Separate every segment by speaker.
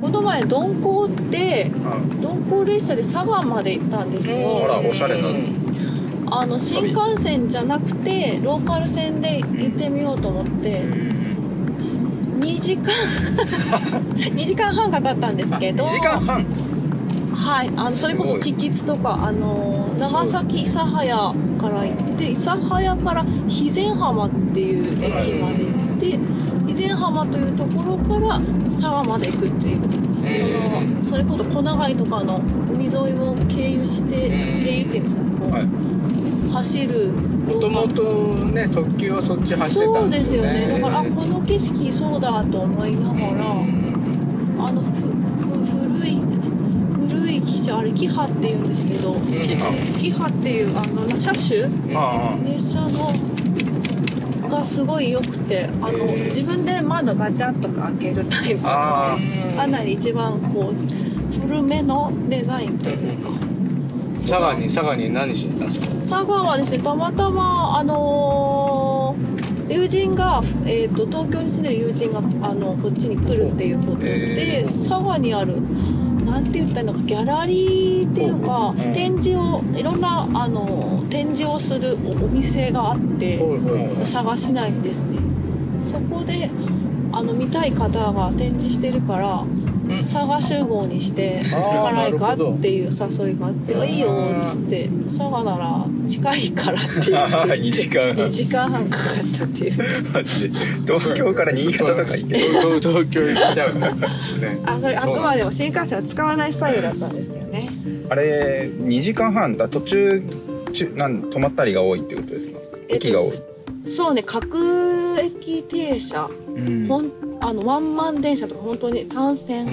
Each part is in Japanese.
Speaker 1: この前鈍行って鈍行列車で佐賀まで行ったんです
Speaker 2: ほ
Speaker 1: よ
Speaker 2: らおしゃれな
Speaker 1: あの新幹線じゃなくてローカル線で行ってみようと思って2時間 2時間半かかったんですけど
Speaker 2: 2時間半
Speaker 1: はいあのそれこ
Speaker 2: す
Speaker 1: そ
Speaker 2: ごい
Speaker 1: キキツとかあの長崎諫早から行って諫早から肥前浜っていう駅まで行って肥前浜というところから佐賀まで行くっていうあのそれこそ小長井とかの海沿いを経由して
Speaker 2: うん
Speaker 1: 経由っていうんですかねこう、
Speaker 3: はい
Speaker 1: 走る
Speaker 3: もともとね特急はそっち走ってた
Speaker 1: そうんで
Speaker 3: ですす
Speaker 1: よ
Speaker 3: よね
Speaker 1: ねだからあこの景色そうだと思いながら、あのふふ古い古い汽車あれキハっていうんですけどキハっていうあの車種
Speaker 3: あ
Speaker 1: 列車のがすごい良くてあの
Speaker 3: へえ
Speaker 1: 自分で窓ガチャッとか開けるタイプ
Speaker 3: ああ
Speaker 1: かなり一番こう古めのデザインというか
Speaker 3: 佐賀に佐賀に何しに出すか
Speaker 1: 佐賀はですねたまたまあのー友人が、えー、と東京に住んでる友人があのこっちに来るっていうことで、
Speaker 3: へー
Speaker 1: 佐賀にあるなんて言ったらいいのかギャラリーっていうか、
Speaker 3: うん
Speaker 1: 展示をいろんなあの展示をするおお店があって
Speaker 3: ほいほいほい
Speaker 1: 探しないんですねそこであの見たい方が展示してるから、
Speaker 2: ん
Speaker 1: 佐賀集合にして
Speaker 3: あー
Speaker 1: 行かない
Speaker 3: な
Speaker 1: か
Speaker 3: るほど
Speaker 1: っていう誘いがあって「いいよ」っつって「佐賀なら近いから」って言って
Speaker 2: 2時間
Speaker 1: 2時間半かかったっていう
Speaker 2: マジで東京から新潟とか行け
Speaker 3: 東東京行っちゃうんだね
Speaker 1: あそれあく
Speaker 3: そうな
Speaker 1: ま
Speaker 3: ん
Speaker 1: ですも新幹線は使わないスタイルだったんですけどね
Speaker 2: あれ2時間半だ途中中なん止まったりが多いってことですか
Speaker 1: え
Speaker 2: 駅が多い
Speaker 1: そうね各駅停車
Speaker 3: うん
Speaker 1: ほんあのワンマン電車とか本当に単線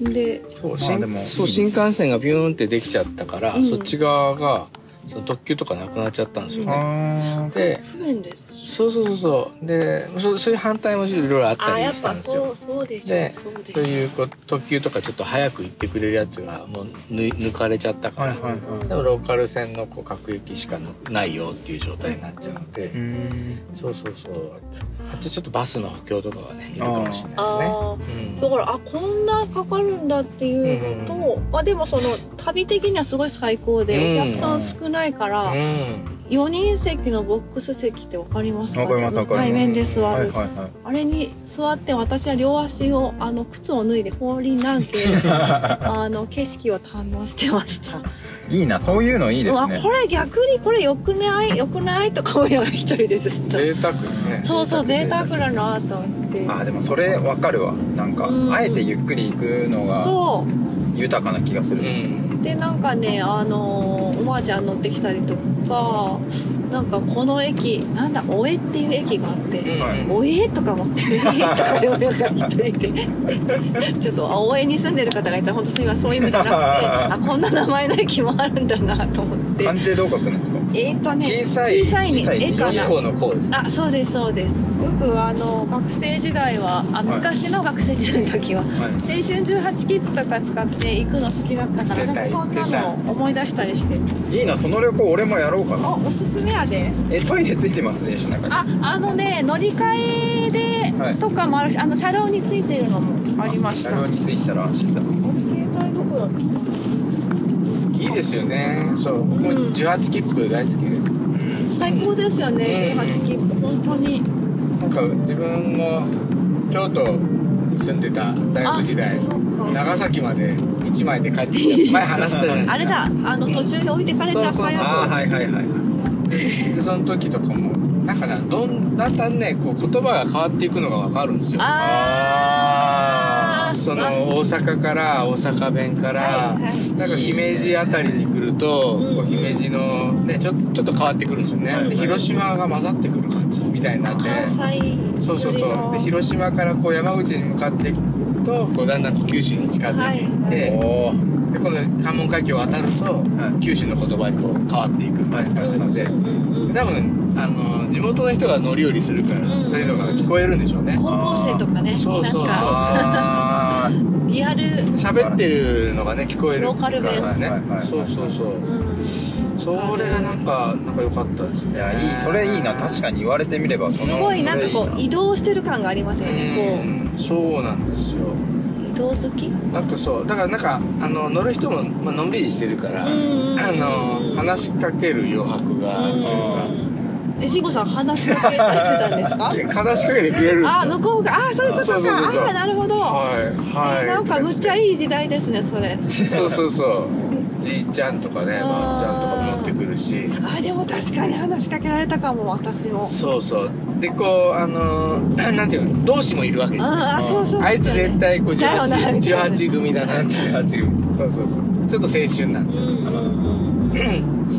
Speaker 1: で
Speaker 3: そう
Speaker 2: まあでも
Speaker 3: 新そう新幹線がビューンってできちゃったから、
Speaker 1: うん
Speaker 3: そっち側がその特急とかなくなっちゃったんですよ
Speaker 1: う
Speaker 3: ね、
Speaker 2: あ
Speaker 3: で
Speaker 1: 不便です
Speaker 3: そうそうそうそうでそそういう反対もいろいろあったりしたんですよ
Speaker 1: そうで
Speaker 3: で
Speaker 1: そうで
Speaker 3: そういうこう特急とかちょっと早く行ってくれるやつがもう抜抜かれちゃったから、
Speaker 2: い
Speaker 3: でもローカル線のこう各駅しかなないよっていう状態になっちゃうので、
Speaker 2: うん
Speaker 3: そうそうそうあとちょっとバスの補強とかがねいるかもしれないですね
Speaker 1: ああ
Speaker 3: うん
Speaker 1: だからあこんなかかるんだっていうのと、まあ、でもその旅的にはすごい最高で、
Speaker 3: うん
Speaker 1: お客さん少ないから、4人席のボックス席って分かります
Speaker 2: わかりますわかります
Speaker 1: 対面で座る、
Speaker 2: はいはいは
Speaker 1: あれに座って私は両足をあの靴を脱いで放り投げ あの景色を堪能してました
Speaker 2: いいいなそういうのいいです
Speaker 1: うわ
Speaker 2: ね
Speaker 1: これ逆にこれよくないよくないとか思いながら一人でずっと
Speaker 3: 贅沢ね
Speaker 1: そうそう贅
Speaker 2: 贅
Speaker 1: 沢
Speaker 2: 沢
Speaker 1: だなと思って
Speaker 2: あーでもそれわかるわなんか
Speaker 1: うん
Speaker 2: あえてゆっくり行くのが
Speaker 1: そう
Speaker 2: 豊かな気がす
Speaker 3: う
Speaker 2: る
Speaker 3: ん
Speaker 1: でなんかねあのーおばあちゃん乗ってきたりとかなんかこの駅なんだおえっていう駅があって
Speaker 2: は
Speaker 1: 「
Speaker 2: い
Speaker 1: おえ」とか持って「おえ」とか呼びながら一人で ちょっとあおえに住んでる方がいたら本当すみませんそういう意味じゃなくてあこんな名前の駅もあるんだなと思って
Speaker 2: 漢字でどう書くんですか
Speaker 1: えっ、とね
Speaker 3: 小さい
Speaker 1: 小さいに
Speaker 2: 小さい
Speaker 1: 絵か
Speaker 3: よ
Speaker 2: よ
Speaker 3: し
Speaker 2: し
Speaker 1: な
Speaker 3: このこうです
Speaker 1: あそうですそうですよくあの学生時代はあ昔の学生時代の時は
Speaker 2: はい
Speaker 1: 青春18切符とか使って行くの好きだったから
Speaker 3: 出
Speaker 1: なん
Speaker 3: た
Speaker 1: か
Speaker 3: い
Speaker 1: そんなの思い出したりして
Speaker 2: いいなその旅行俺もやろうかな
Speaker 1: おおすすめやで
Speaker 2: えトイレついてますねしながら
Speaker 1: ああのね乗り換え
Speaker 2: は
Speaker 1: で
Speaker 2: い
Speaker 1: とかもあるし、あの車両についてるのもありまし
Speaker 2: 車
Speaker 1: た
Speaker 2: 両についてたら安心だ
Speaker 1: 携帯どこだ
Speaker 3: いいですよねそう僕も
Speaker 1: うん
Speaker 3: 18切符大好きです
Speaker 1: 最高ですよね
Speaker 3: うん
Speaker 1: 18切符本当に
Speaker 3: なんか自分も京都に住んでた大学時代
Speaker 1: あそうか
Speaker 3: 長崎まで1枚で帰ってきた前話したじゃないです か
Speaker 1: あれだあの途中で置いてかれちゃった
Speaker 3: そうそうそう
Speaker 1: や
Speaker 2: あーはいはいはい
Speaker 3: でその時とかもなんかねどんだんだんねこう言葉が変わっていくのが分かるんです
Speaker 1: つ
Speaker 3: よ
Speaker 1: あー
Speaker 3: その大阪から大阪弁から、
Speaker 1: はいは
Speaker 3: なんか姫路あたりに来ると、
Speaker 1: うん
Speaker 3: こう姫路のねちょちょっと変わってくるんですよね、
Speaker 2: はい
Speaker 3: で広島が混ざってくる感じみたいになって
Speaker 1: 関西寄りの
Speaker 3: そうそうそうで広島からこう山口に向かっていくとこうだんだんこう九州に近づいていって、
Speaker 1: はい
Speaker 2: おお
Speaker 3: でこの関門海峡を渡ると、
Speaker 2: い
Speaker 3: 九州の言葉にこう変わっていくみたいな感じで、
Speaker 1: うんうんうん
Speaker 3: 多分あの地元の人が乗り降りするから、
Speaker 1: うん
Speaker 3: そういうのが聞こえるんでしょうね、
Speaker 1: 高校生とかね
Speaker 3: そうそうそう
Speaker 1: なんか
Speaker 2: あー
Speaker 1: リアル
Speaker 3: 喋ってるのがね聞こえる
Speaker 1: ローカル弁
Speaker 3: からね
Speaker 2: はいはいはいはい
Speaker 3: そうそうそう、
Speaker 1: うん
Speaker 3: それがなんかなんか良かったですね
Speaker 2: いやいいそれいいな確かに言われてみればそ
Speaker 1: す
Speaker 2: の
Speaker 1: ごいなんかこ
Speaker 2: そうれいい
Speaker 1: 移動してる感がありますよねこう
Speaker 3: うんそうなんですよ
Speaker 1: 移動好き
Speaker 3: なんかそうだからなんかあの乗る人も、まあのんびりしてるから、
Speaker 1: うん
Speaker 3: あの話しかける余白があるというか、
Speaker 1: え慎吾さん話しかけたりしてたんです か
Speaker 3: 話しかけてくれるんですよ
Speaker 1: あ向こうがあそういうことか
Speaker 3: そうそうそうそう
Speaker 1: ああなるほど、
Speaker 3: はいはい
Speaker 1: なんかむっちゃ
Speaker 3: い
Speaker 1: いい時代ですねそれ
Speaker 3: そうそうそうじいちゃんとかね
Speaker 1: あー
Speaker 3: ばあちゃんとかも乗ってくるし
Speaker 1: あでも確かに話しかけられたかも私も
Speaker 3: そうそうでこうあの なんていうの同志もいるわけですよ
Speaker 1: ああそうそう
Speaker 3: あいつ絶対こう
Speaker 1: だよな
Speaker 3: 18, 18組だなってそうそうそうちょっと青春なんです
Speaker 1: うん
Speaker 3: よ、
Speaker 1: うんうん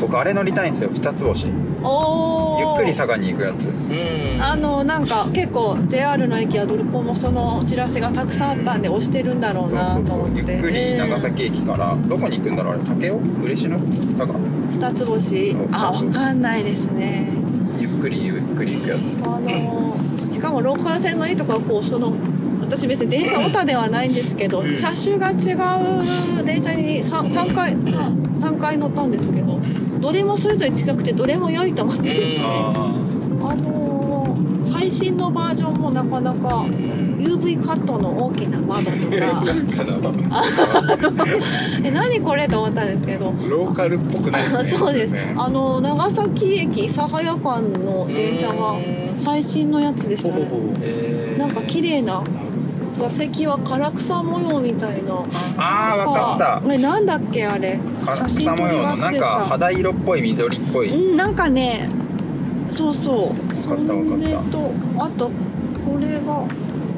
Speaker 2: 僕あれ乗りたいんですよ二つ星ゆ
Speaker 1: おー
Speaker 2: っくり佐賀に行くやつ
Speaker 3: うん
Speaker 1: あのなんか結構 JR の駅やドルポもそのチラシがたくさんあったんで押してるんだろ
Speaker 2: そううそ
Speaker 1: な
Speaker 2: う
Speaker 1: と
Speaker 2: そう
Speaker 1: 思
Speaker 2: ゆ
Speaker 1: っ
Speaker 2: っく
Speaker 1: て
Speaker 2: り長崎駅からどこに行くんだろうあれ武雄嬉野佐賀
Speaker 1: 二つ星あわかんないですね
Speaker 2: ゆっくりゆっくり行くやつ
Speaker 1: あのしかもローカル線のいいとこはこうその私別に電車オタではないんですけど、
Speaker 3: うん
Speaker 1: 車種が違う電車に 3, 三回三三回乗ったんですけどどれもそれぞれ違くてどれも良いと思ってですね、あのー最新のバージョンもなかなか
Speaker 3: うん
Speaker 1: UV カットの大きな窓とか
Speaker 2: かな
Speaker 1: え何これと思ったんですけど
Speaker 3: ローカルっぽくないですね
Speaker 1: そうです
Speaker 3: ね
Speaker 1: あの長崎駅諫早間の 電車が最新のやつでした
Speaker 3: ほほ
Speaker 1: ね
Speaker 3: ほ
Speaker 1: なんか綺麗な座席は唐草模様みたいな
Speaker 2: ああわか
Speaker 1: あれなんだっけあれ
Speaker 2: った
Speaker 1: 写
Speaker 2: 唐
Speaker 1: 真
Speaker 2: 草
Speaker 1: 撮
Speaker 2: 模
Speaker 1: り
Speaker 2: 様の
Speaker 1: 忘
Speaker 2: なん
Speaker 1: れ
Speaker 2: か
Speaker 1: た
Speaker 2: 肌色っぽい緑っぽ
Speaker 1: う
Speaker 2: い
Speaker 1: んなんかねそうそうそ
Speaker 2: わかったわかった
Speaker 1: れとあとこれが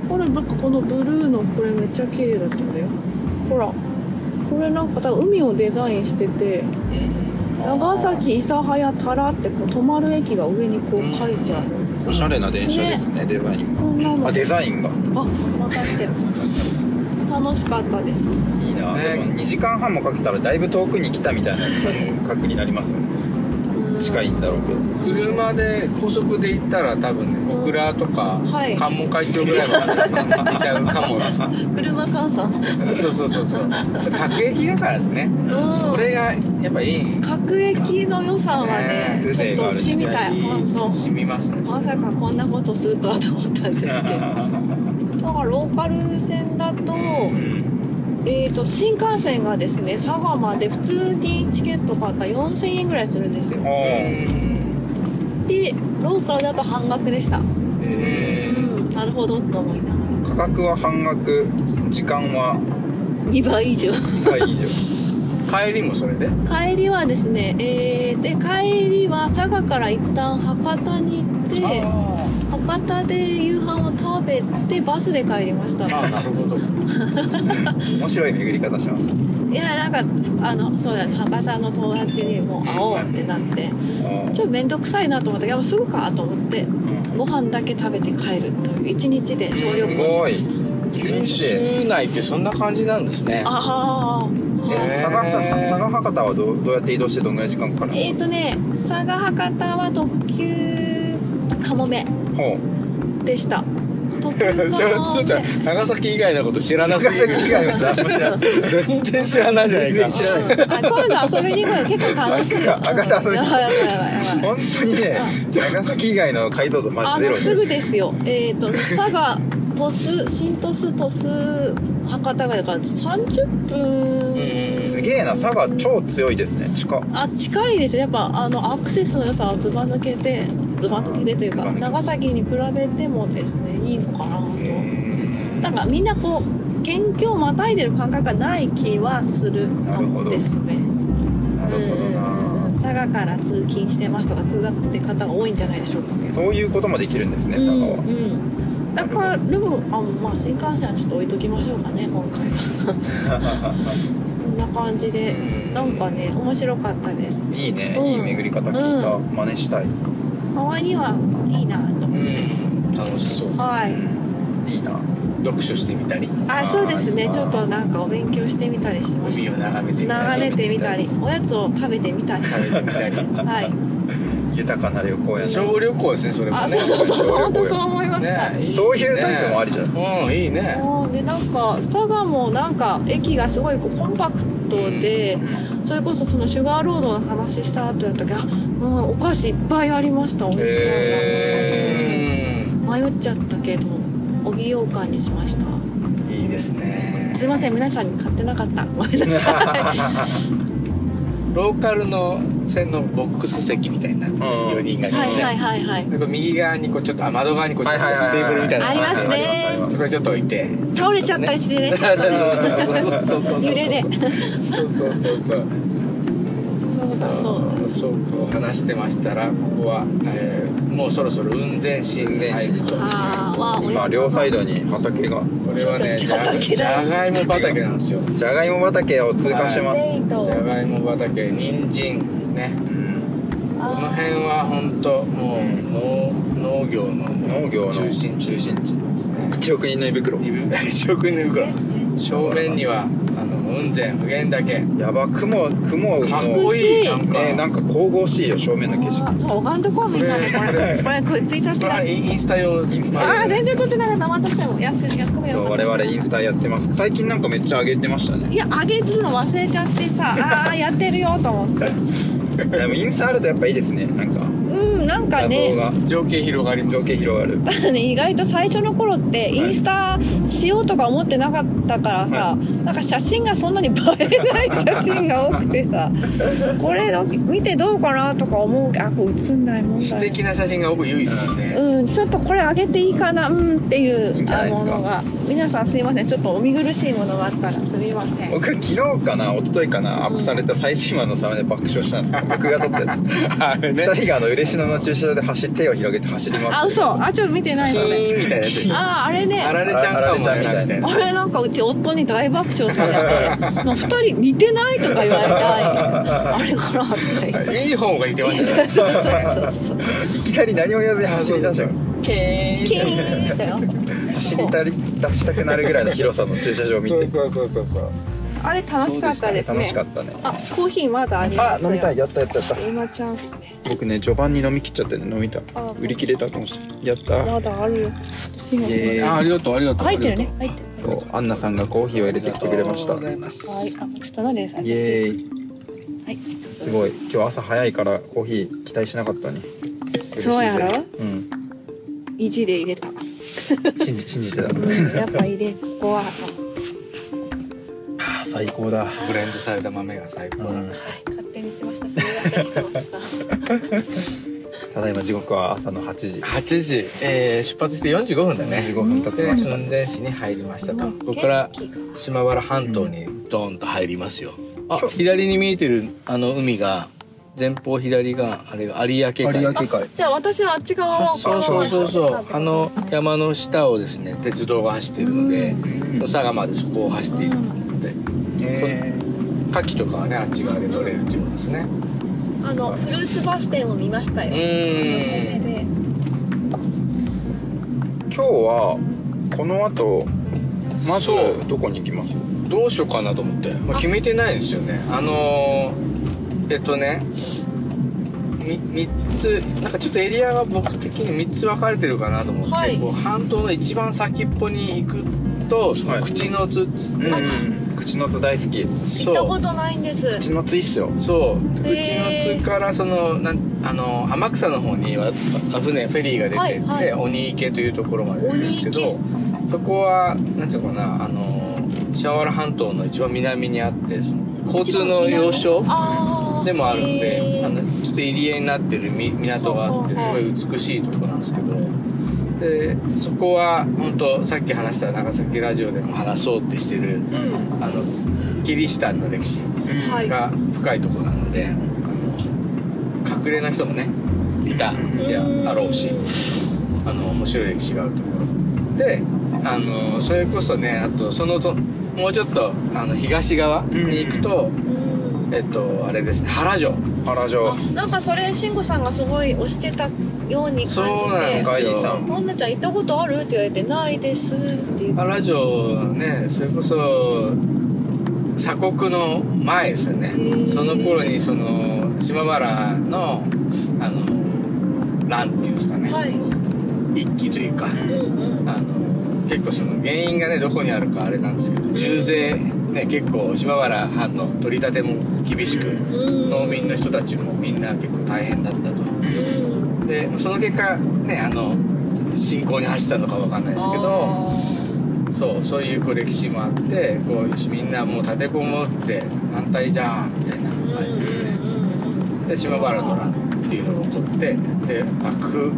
Speaker 1: これなんかこのブルーのこれめっちゃ綺麗だったんだよほらこれなんか多分海をデザインしてて長崎諫早多良ってこう止まる駅が上にこう書いてある
Speaker 2: おしゃれな電車ですねデザイン
Speaker 1: こんなの
Speaker 2: あデザインが
Speaker 1: あ任してる楽しかったです
Speaker 2: いいな、で
Speaker 3: ね
Speaker 2: も2時間半もかけたらだいぶ遠くに来たみたいな感覚になりますよね
Speaker 1: うん
Speaker 2: 近いんだろうけど
Speaker 3: 車で高速で行ったら多分ね小倉とか
Speaker 1: はい
Speaker 3: 関門海峡ぐらいまで行っちゃうかもです
Speaker 1: 車換算
Speaker 3: そうそうそうそう各駅だからですね
Speaker 1: うん
Speaker 3: それがやっぱいい
Speaker 1: 各駅の予算はね
Speaker 2: ね
Speaker 1: ちょっとしみたい
Speaker 3: やっぱり
Speaker 1: そう
Speaker 3: 染みますね
Speaker 1: まさかこんなことするとはと思ったんですけどだからローカル線だと,、えー、と新幹線がですね佐賀まで普通にチケット買ったら4000円ぐらいするんですよ
Speaker 2: お
Speaker 3: う
Speaker 1: でローカルだと半額でしたうん
Speaker 2: え
Speaker 1: んなるほどと思いなが
Speaker 2: ー価格は半額時間は
Speaker 1: ら2倍以上
Speaker 2: 2倍以上
Speaker 3: ん帰りもそれで
Speaker 1: 帰りはですねえー、で帰りは佐賀から一旦博多に行って博多で夕飯を食べてバスで帰りました
Speaker 3: ああなるほど
Speaker 2: 面白い巡り方します
Speaker 1: いやなんかあのそうだ博多の友達にも会おうってなってちょっと面倒くさいなと思ったけどすぐかと思ってご飯だけ食べて帰るという一日で小旅
Speaker 2: す
Speaker 1: 行
Speaker 2: ごい一
Speaker 3: 九
Speaker 2: 日で
Speaker 3: 州内ってそんな感じなんですね
Speaker 1: ああ
Speaker 2: え
Speaker 1: はい
Speaker 3: へー
Speaker 2: 佐賀佐賀博多はどうどうやって移動してどのぐらい時間かかるの
Speaker 1: えっ、ー、とね佐賀博多は特急かもめ
Speaker 2: ほう
Speaker 1: でした特急
Speaker 3: ちょち
Speaker 1: かも
Speaker 3: ょちょ
Speaker 1: め
Speaker 3: 長崎以外のこと知らなす
Speaker 2: 長
Speaker 3: ぎる
Speaker 2: 崎以外は何も知らない
Speaker 3: 全然知らないじゃないか
Speaker 2: 全然知らな
Speaker 1: あ
Speaker 2: い
Speaker 1: 今度遊びに行こうよ結構楽しいよ
Speaker 2: 博多遊びに行こう
Speaker 1: やばいやばいやばいやばい
Speaker 2: 本当にね長崎以外の解像度ま
Speaker 1: あ
Speaker 2: ずゼ
Speaker 1: の
Speaker 2: ロ
Speaker 1: すぐですよ。えっ、と佐賀鳥栖新鳥栖鳥栖博多がだから30分。
Speaker 2: すげえな佐賀超強いですね近っ
Speaker 1: あ近いですよ。やっぱあのアクセスの良さはずば抜けてずば抜けてという
Speaker 2: ずば
Speaker 1: か
Speaker 2: 抜け
Speaker 1: 長崎に比べてもですねいいのかなと。なんかみんなこう県境をまたいでる感覚がない気はするかもですね。
Speaker 2: なるほど
Speaker 1: うんうんう
Speaker 2: なん
Speaker 1: 佐賀から通勤してますとか通学って方が多いんじゃないでしょうかけど。
Speaker 2: そういうこともできるんです
Speaker 1: う
Speaker 2: ね佐
Speaker 1: ん
Speaker 2: 賀は
Speaker 1: うん、だからでもあまあ新幹線はちょっと置いときましょうかね今回はこんな感じでなんかね面白かったです
Speaker 2: いいね
Speaker 1: うん
Speaker 2: いい巡り方聞いた
Speaker 1: う
Speaker 2: 真似したい
Speaker 1: ハワイにはいいなと
Speaker 3: う
Speaker 1: 思って、
Speaker 3: ん楽しそう
Speaker 1: はい
Speaker 2: いいな
Speaker 3: 読書してみたり
Speaker 1: あ
Speaker 2: あー
Speaker 1: そうです
Speaker 2: いい
Speaker 1: ね
Speaker 2: な
Speaker 1: ちょっとなんかお勉強してみたりしまし
Speaker 3: 海を眺めてみた
Speaker 1: た
Speaker 3: り
Speaker 1: 流れてみたりおやつを食べてみたり
Speaker 3: 食べてみたり
Speaker 1: はい
Speaker 2: 豊かな旅行やな
Speaker 3: 小旅行ですねそれもね
Speaker 1: あそうそうそうそう
Speaker 3: 小旅行
Speaker 1: 本当そう思いました、
Speaker 3: ね
Speaker 2: そういうタイプもありじゃん
Speaker 3: うんいいね
Speaker 1: そうでなんか佐賀もなんか駅がすごいこうコンパクトで、それこそそのシュガーロードの話した後やったけど、あうん、お菓子いっぱいありましたお店、
Speaker 2: へ
Speaker 3: うん
Speaker 1: 迷っちゃったけど荻洋館にしました
Speaker 3: いいですね
Speaker 1: すいません皆さんに買ってなかったごめんなさ
Speaker 3: ローカルの線のボックス席みたいになってて
Speaker 2: うん
Speaker 3: 4人が
Speaker 1: い
Speaker 3: ね、
Speaker 1: はいはいはいはい
Speaker 3: でこう右側にこうちょっとあ窓側にこうちょっとテーブルみたいなのがって
Speaker 1: ありますね
Speaker 3: そこにちょっと置いて
Speaker 1: 倒れちゃったりしてねちょっとね
Speaker 3: そうそうそうそうそうそう
Speaker 1: 揺れで
Speaker 3: そうそうそうそう
Speaker 1: そう
Speaker 3: そうこう話してましたらここは、えーもうそろそろ雲仙市に入ると
Speaker 1: あーわあ
Speaker 2: 今両サイドに畑が
Speaker 3: これはねじゃ
Speaker 1: 畑だ
Speaker 3: じゃがいも畑なんですよ
Speaker 2: じゃがいも畑を通過してます、
Speaker 1: レイト
Speaker 3: じゃがいも畑人参ね
Speaker 2: うん
Speaker 3: この辺は本当もう農農業の
Speaker 2: 農業の
Speaker 3: 中心中心地ですね
Speaker 2: 1億人の胃袋
Speaker 3: 食に行くか
Speaker 1: で
Speaker 3: ら
Speaker 1: すね
Speaker 3: 正面にはあの雲仙普賢岳
Speaker 2: やば雲雲の
Speaker 3: かっこい
Speaker 1: 美しい
Speaker 3: いなんか、
Speaker 2: ねなんか神々しいよ正面の景色
Speaker 1: 拝んどこうみんなでこれこれこれツイートし
Speaker 3: こ
Speaker 1: て
Speaker 3: れは
Speaker 1: た
Speaker 3: イ
Speaker 1: し
Speaker 3: ンインスタ用インスタ用
Speaker 1: ああ全然撮ってなかった私も役役目
Speaker 2: そ
Speaker 1: を
Speaker 2: う我々インスタやってます最近なんかめっちゃ上げてまし たね
Speaker 1: いや上げるの忘れちゃってさああやってるよと思って
Speaker 2: でもインスタあるとやっぱいいですねなんか
Speaker 1: うんなんかね
Speaker 2: 動画
Speaker 3: 情景広がります
Speaker 2: 情景広がる
Speaker 1: ただね意外と最初の頃ってインスタしようとか思ってなかったからさ、なんか写真がそんなに映えない写真が多くて さこれど見てどうかなとか思うけどあこれ写んないもん
Speaker 3: 素
Speaker 1: だ、
Speaker 3: 敵な写真が僕唯一ね、
Speaker 1: うんちょっとこれ上げていいかなうんってい
Speaker 2: いいん
Speaker 1: う
Speaker 2: じゃ
Speaker 1: あ
Speaker 2: ないです
Speaker 1: も
Speaker 2: か
Speaker 1: のが皆さんすいませんちょっとお見苦しいものがあったらすみません
Speaker 2: 僕昨日かな一昨日かなアップされた最新話のサムネ爆笑したんですけど僕が撮ったやつ
Speaker 3: あれね
Speaker 2: 2人があの嬉野の駐車場で走手を広げて走り回って
Speaker 1: あ嘘あちょっと見てない
Speaker 3: キ
Speaker 1: のね
Speaker 3: ーンみたいなやつ
Speaker 1: あああれね
Speaker 3: あられちゃんかも
Speaker 2: あられちゃんみたいな
Speaker 3: ねみたいな
Speaker 1: あれなんかうち夫に大爆笑されて「もう2人似てない?」とか言われて「ああれかな?」とか言って。
Speaker 3: いい方が似てましたね
Speaker 1: そうそうそうそう。
Speaker 2: いきなり何も言わずに走り出しちゃう
Speaker 3: キーン
Speaker 1: キーンみたいな。
Speaker 2: 走りたり出したくなるぐらいの広さの駐車場を見て
Speaker 3: そうそうそうそう
Speaker 1: あれ楽しかったです
Speaker 2: 楽
Speaker 1: ね
Speaker 2: し。かったね
Speaker 1: あ、コーヒーまだありま
Speaker 2: あ
Speaker 1: すよ。
Speaker 2: 飲みたいやったやったやった
Speaker 1: 今チャンスね。
Speaker 2: 僕ね序盤に飲み切っちゃってね飲みた
Speaker 1: あ
Speaker 2: 売り切れたかもしれないやった
Speaker 1: まだあるよ。すいま
Speaker 2: イ
Speaker 1: せ
Speaker 2: エー
Speaker 1: ん。
Speaker 2: イ
Speaker 3: あありがとうありがとう
Speaker 1: 入ってるね。入ってる。
Speaker 2: そうアンナさんがコーヒーを入れてきてくれました
Speaker 3: ありがと
Speaker 2: イ
Speaker 3: うございます
Speaker 1: はい。あ、ちょっと飲んでください。
Speaker 2: エーイ
Speaker 1: はい。
Speaker 2: すごい今日朝早いからコーヒー期待しなかったね
Speaker 1: そうやろ
Speaker 2: 嬉しいぜうん
Speaker 1: 意地で入れた。
Speaker 2: 信じ信じてた
Speaker 1: やっぱ入れ、ここは。は
Speaker 2: あー最高だ
Speaker 3: ブレンドされた豆が最高だ、
Speaker 2: うん
Speaker 1: い。勝手にしました。すみません。北松 さん。
Speaker 2: ただいま時刻は朝の8時
Speaker 3: 8時、えー出発して45分だね
Speaker 2: 25分経って
Speaker 3: で
Speaker 2: ました
Speaker 3: 雲仙市に入りましたとここから
Speaker 1: 景色が
Speaker 3: 島原半島にドーンと入りますよ、あ左に見えてるあの海が前方左があれが有明海
Speaker 2: 有明海
Speaker 1: あじゃあ私はあっち側を
Speaker 3: そうそうそうそうあの山の下をですね鉄道が走ってるので佐賀までそこを走っているので
Speaker 2: え
Speaker 3: 牡蠣とかはねあっち側で取れるということですね
Speaker 1: あのフルーツバス停も見ました
Speaker 3: う
Speaker 1: よ。
Speaker 3: ーん
Speaker 1: で
Speaker 2: ー今日はこの後まず
Speaker 3: そう
Speaker 2: どこに行きます
Speaker 3: どうしようかなと思って、まあ、
Speaker 1: あ
Speaker 3: 決めてないんですよねあのーえっとね3つなんかちょっとエリアが僕的に3つ分かれてるかなと思って、
Speaker 1: はい
Speaker 3: こう半島の一番先っぽに行くとそ
Speaker 2: は
Speaker 3: の
Speaker 2: い
Speaker 3: 口のつつ、
Speaker 2: うん口の津大好き
Speaker 1: 行った
Speaker 3: そ
Speaker 1: ことないんです。
Speaker 2: 口の津いいっすよ
Speaker 3: うそう
Speaker 1: へー
Speaker 3: 口のつからそのなんあの天草の方にはあ船フェリーが出てって、
Speaker 1: はいはい
Speaker 3: 鬼池というところまで出るんですけど
Speaker 1: 鬼
Speaker 3: そこはなんていうのかなあの島原半島の一番南にあってその交通の要衝
Speaker 1: あー
Speaker 3: でもあるんで、
Speaker 1: へー
Speaker 3: あのちょっと入り江になってるみ港があってすごい美しいとこなんですけどでそこは本当さっき話した長崎ラジオでも話そうってしてる
Speaker 2: うん
Speaker 3: あのキリシタンの歴史
Speaker 1: はい
Speaker 3: が深いとこなので、あの隠れな人もねいたであろうしあの面白い歴史があるところであのそれこそねあとそのともうちょっとあの東側に行くと、
Speaker 1: うん
Speaker 3: えっとあれですね原城
Speaker 2: 原城
Speaker 1: あなんかそれ慎吾さんがすごい推してたように感
Speaker 3: そうなんで
Speaker 1: じて
Speaker 3: す
Speaker 2: ガイリ
Speaker 3: よ
Speaker 2: ーさん
Speaker 1: 「ほんなちゃん行ったことある?」って言われて「ないです」っていう
Speaker 3: 原城ねそれこそ鎖国の前ですよね
Speaker 1: ー
Speaker 3: その頃にその島原のあの乱っていうんですかね、
Speaker 1: はい
Speaker 3: 一揆というか
Speaker 1: うんうん
Speaker 3: あの結構その原因がねどこにあるかあれなんですけど重税ね結構島原藩の取り立ても厳しく
Speaker 1: うん
Speaker 3: 農民の人たちもみんな結構大変だったと
Speaker 1: うん
Speaker 3: でその結果ねあの信仰に走ったのかわかんないですけどそうそういうこう歴史もあってこうよしみんなもう立てこもって反対じゃんみたいな感じですね。で島原の乱っていうのが起こってで幕府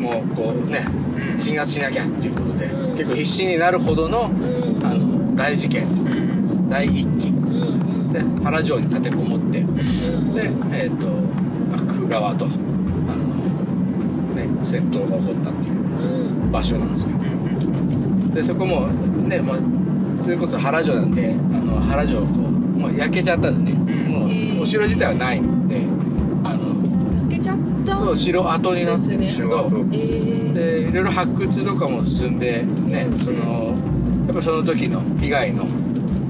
Speaker 3: もこうね
Speaker 4: うん
Speaker 3: 鎮圧しなきゃっていうことで
Speaker 1: うん
Speaker 3: 結構必死になるほどのあの大事件
Speaker 4: うん
Speaker 3: 第一期で原城に立てこもってでえっ、と幕府側とあのね戦闘が起こったっていう場所なんですけどでそこもねまあそれこそ原城なんであの原城こうもう焼けちゃったんで、
Speaker 4: ん
Speaker 3: もうお城自体はないんであの
Speaker 1: 抜けちゃった
Speaker 3: そう城跡になってるんですけど
Speaker 4: です
Speaker 1: えー
Speaker 3: でいろいろ発掘とかも進んでねそのやっぱその時の被害の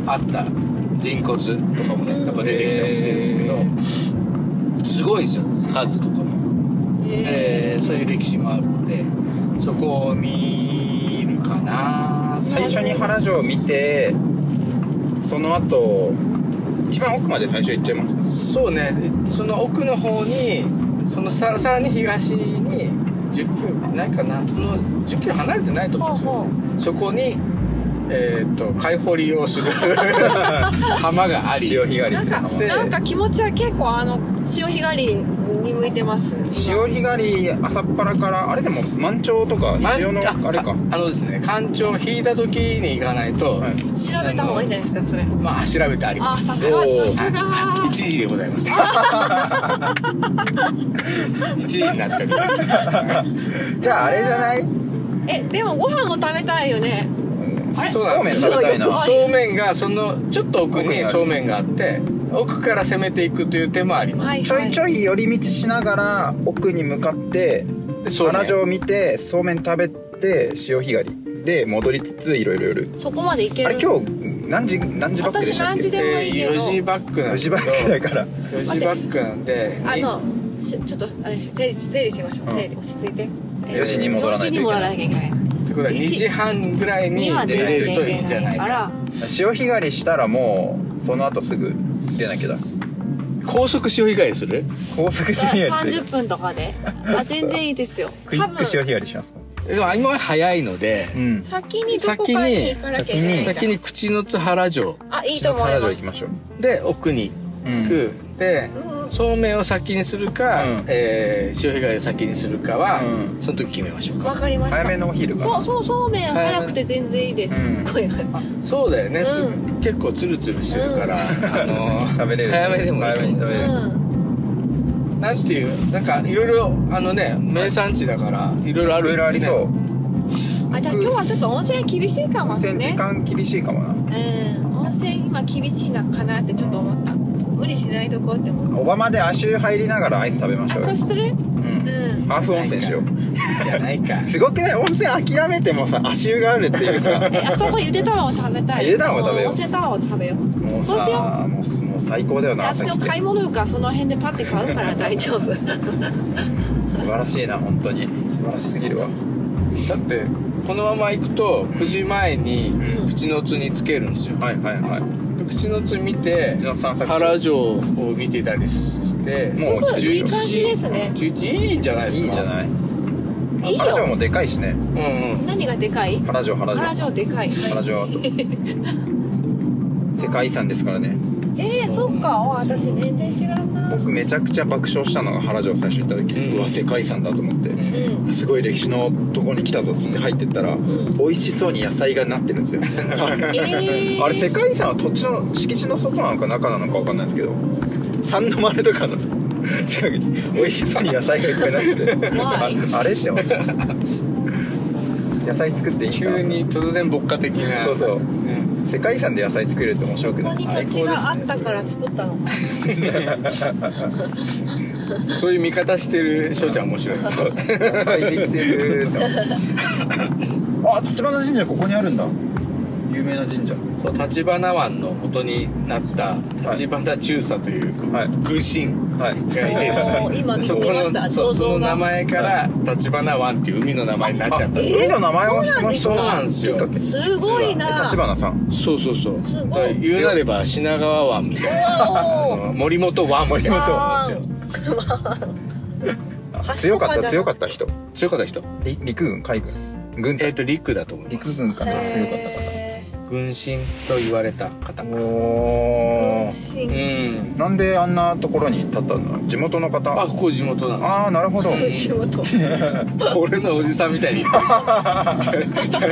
Speaker 3: あった人骨とかもねやっぱ出てきたりしてるんですけど、
Speaker 4: へ
Speaker 3: すごいんですよ数とかも、
Speaker 1: え
Speaker 3: でそういう歴史もあるのでそこを見るかな
Speaker 2: 最初に原城を見てその後一番奥まで最初行っちゃいます
Speaker 3: そうねその奥の方にそのささらに東に10キロないかなもう10キロ離れてないと
Speaker 1: ー
Speaker 3: 思う
Speaker 1: ほ
Speaker 3: んで
Speaker 1: う
Speaker 3: すよ
Speaker 1: ほ
Speaker 3: そこに、えー、と買い掘りをする浜があり
Speaker 2: 潮干狩
Speaker 1: う
Speaker 2: り
Speaker 1: な
Speaker 2: す
Speaker 1: ん
Speaker 2: る
Speaker 1: か
Speaker 2: 浜
Speaker 3: で
Speaker 1: なんか気持ちは結構あの潮干狩りに向いてます
Speaker 2: 潮干狩り朝っぱらからあれでも満潮とか
Speaker 3: ま
Speaker 2: 潮の
Speaker 3: あ
Speaker 2: あれか
Speaker 3: あのですね干潮を引いた時に行かないと、
Speaker 2: はい
Speaker 1: 調べた方がいいんじゃないですかそれ
Speaker 3: まあ調べてありま
Speaker 1: あ
Speaker 3: す
Speaker 1: さすがさす
Speaker 3: は
Speaker 1: が
Speaker 3: い一時でございます一時になっております
Speaker 2: じゃああれじゃない
Speaker 1: えでもご飯も食べたいよねあれ
Speaker 3: そうなんです
Speaker 2: そうめ
Speaker 1: す
Speaker 2: ん食べたい
Speaker 1: ご
Speaker 2: な
Speaker 1: 欲張り
Speaker 3: そうめんがそのちょっと奥
Speaker 2: 奥
Speaker 3: に
Speaker 2: にある
Speaker 3: そうめんがあって奥から攻めていくという手もあります、
Speaker 1: はい
Speaker 2: ちょいちょい寄り道しながら奥に向かって
Speaker 3: でそうめ
Speaker 2: 原
Speaker 3: ん
Speaker 2: 城を見てそうめん食べて潮干狩りで戻りつついろいろ寄る
Speaker 1: そこまで行ける
Speaker 2: あれ今日何時何時バックでしたっ
Speaker 1: 私何時
Speaker 2: け
Speaker 1: でもいいけど
Speaker 3: えー4時バックな
Speaker 2: 4
Speaker 3: んで
Speaker 2: 時
Speaker 3: すけ
Speaker 2: バ
Speaker 3: ど
Speaker 2: ックだから
Speaker 3: 4時バックなんで
Speaker 1: あのしちょっとあれし整理整理しましょう
Speaker 2: うん
Speaker 1: 整理落ち着いて
Speaker 2: 4時に戻らないと
Speaker 1: 4時
Speaker 2: いけない
Speaker 1: に戻らなきゃいけない
Speaker 3: ってことは2時半ぐらいに出れるといいんじゃないか
Speaker 2: 潮干狩りしたらもうその後すぐ出なきゃだ
Speaker 3: 高速潮被害する
Speaker 2: 高速潮干 狩りす
Speaker 1: 30
Speaker 2: る
Speaker 1: 分とかであ全然いいですよ
Speaker 2: クイック潮干狩りします
Speaker 3: でも今は早いので
Speaker 2: うん
Speaker 1: 先にどこかに行かなきゃいけないんだ
Speaker 3: 先に口の津原城
Speaker 1: あいいと
Speaker 2: 篠
Speaker 1: 思い
Speaker 2: 原城
Speaker 1: ま
Speaker 2: 行き
Speaker 1: す
Speaker 2: ましょう
Speaker 3: で奥に
Speaker 2: うん
Speaker 3: 行く、で
Speaker 1: うん
Speaker 3: そうめんを先にするか、
Speaker 2: うん
Speaker 3: えー潮被害を先にするかは、
Speaker 2: うん
Speaker 3: その時決めましょう
Speaker 1: わ
Speaker 3: か
Speaker 1: かりました
Speaker 2: 早めのお昼か
Speaker 1: そう
Speaker 2: な
Speaker 1: そうそうめん早くて全然いいです
Speaker 2: うん
Speaker 1: 声が
Speaker 3: そうだよね、す
Speaker 1: う
Speaker 3: 結構ツルツルしてる から、あのー
Speaker 2: 食べれる
Speaker 3: 早めでもいい
Speaker 2: 早
Speaker 3: か
Speaker 2: めに
Speaker 3: も
Speaker 2: 食
Speaker 1: う
Speaker 2: べれる
Speaker 1: ん
Speaker 3: なんていうなんかいろいろあのね名産地だからいろいろあ
Speaker 2: いろ
Speaker 3: る
Speaker 2: いろありそう
Speaker 1: あじゃあ今日はちょっと温泉厳しいかもです
Speaker 2: 全然
Speaker 1: ね
Speaker 2: 時間厳しいかもな
Speaker 1: うん温泉今厳しいなかなってちょっと思った無理しないとこうって思っ
Speaker 2: オバマで足湯入りながらアイス食べま
Speaker 1: た
Speaker 2: しょ
Speaker 1: あ
Speaker 2: うよ
Speaker 1: そうする
Speaker 2: うん
Speaker 1: うん
Speaker 2: ハーフ温泉しよう
Speaker 3: じゃないか
Speaker 2: すごくね温泉諦めてもさ足湯があるってい うさ
Speaker 1: えあそこゆで卵食べたい
Speaker 2: ゆで卵食べよう
Speaker 1: 温泉卵食べよう
Speaker 2: もう
Speaker 1: そうしよ
Speaker 2: さもうもう最高だよな
Speaker 1: 私
Speaker 2: 朝
Speaker 1: の
Speaker 2: 来て
Speaker 1: 買い物とかその辺でパッて買う から大丈夫
Speaker 2: 素晴らしいな本当に素晴らしすぎるわ
Speaker 3: だってこのまま行くと9時前に
Speaker 1: うん
Speaker 3: 口の津につけるんですよ
Speaker 2: はいはいはい
Speaker 3: で口の津見て
Speaker 2: うちの散策
Speaker 3: 原城を見てたりして
Speaker 2: もう
Speaker 1: すご いいい
Speaker 2: 11
Speaker 1: 感じですね
Speaker 3: 11いいんじゃないで
Speaker 2: い
Speaker 3: すか
Speaker 2: いんじゃない
Speaker 1: いいよ
Speaker 2: 原城もでかいしね
Speaker 3: うんうん
Speaker 1: 何がでかい
Speaker 2: 原城原城
Speaker 1: 原城でかい
Speaker 2: 原城 世界遺産ですからね
Speaker 1: えー、そっかお私全然知らんな
Speaker 2: 僕めちゃくちゃ爆笑したのが原城最初行った時、
Speaker 3: う
Speaker 2: うんわ世界遺産だと思って、
Speaker 1: うんうん
Speaker 2: すごい歴史のとこに来たぞっつって入ってったら、美味しそうに野菜がなってるんですよ、
Speaker 1: ー
Speaker 2: あれ世界遺産は土地の敷地の外なのか中なのかわかんないですけど三の丸とかの 近くに美味しそうに野菜がいっぱいなってて
Speaker 1: Why？
Speaker 2: ああれって思って野菜作っていいんだ
Speaker 3: 急に突然牧歌的な
Speaker 2: そうそう
Speaker 3: うん
Speaker 2: 世界遺産で野菜作れるって面白く
Speaker 1: こ
Speaker 2: な
Speaker 1: こ
Speaker 2: い
Speaker 1: に
Speaker 2: ですか
Speaker 1: 土地があったから作ったのかな
Speaker 3: そういう見方してる翔ちゃん面白い
Speaker 2: 野菜できてるーってあ立花神社ここにあるんだ有名な神社
Speaker 3: そう立花湾の元になった立花中佐という軍、
Speaker 2: はい
Speaker 3: 軍神
Speaker 2: はい
Speaker 3: がいてです
Speaker 1: おー
Speaker 3: ね
Speaker 1: 今見
Speaker 3: そこ
Speaker 1: てました
Speaker 3: のそうその
Speaker 1: 銅像が
Speaker 3: 名前から立花湾っていう海の名前になっちゃった
Speaker 2: あ海の名前を聞きました
Speaker 1: そう
Speaker 3: なんですよ
Speaker 2: きっかけ
Speaker 1: すごいな
Speaker 2: 立花さん
Speaker 3: そうそうそう
Speaker 1: す
Speaker 3: だ
Speaker 1: ご
Speaker 3: か
Speaker 1: い
Speaker 3: ら言うなれば品川湾みたいなあ
Speaker 1: おー
Speaker 3: の森本湾みたいな
Speaker 2: 森本
Speaker 3: な
Speaker 1: 湾
Speaker 3: んですよ
Speaker 1: 橋とかじゃなく
Speaker 2: 強かってた強かった人
Speaker 3: 強かった人
Speaker 2: り陸軍海軍軍
Speaker 3: えっ、
Speaker 2: 隊
Speaker 3: と陸だと思いま
Speaker 2: 陸
Speaker 3: す
Speaker 2: 軍かな強かった方
Speaker 1: へ
Speaker 3: 軍神と言われた方う
Speaker 2: おー
Speaker 1: ー
Speaker 3: ん
Speaker 2: なんであんなところに立ったんだ地元の方
Speaker 3: あ
Speaker 2: あ
Speaker 3: ここ地元なんです
Speaker 2: あーなるほど
Speaker 3: うん
Speaker 1: 仕事
Speaker 3: 俺のおじさんみたいに 言ってるじゃ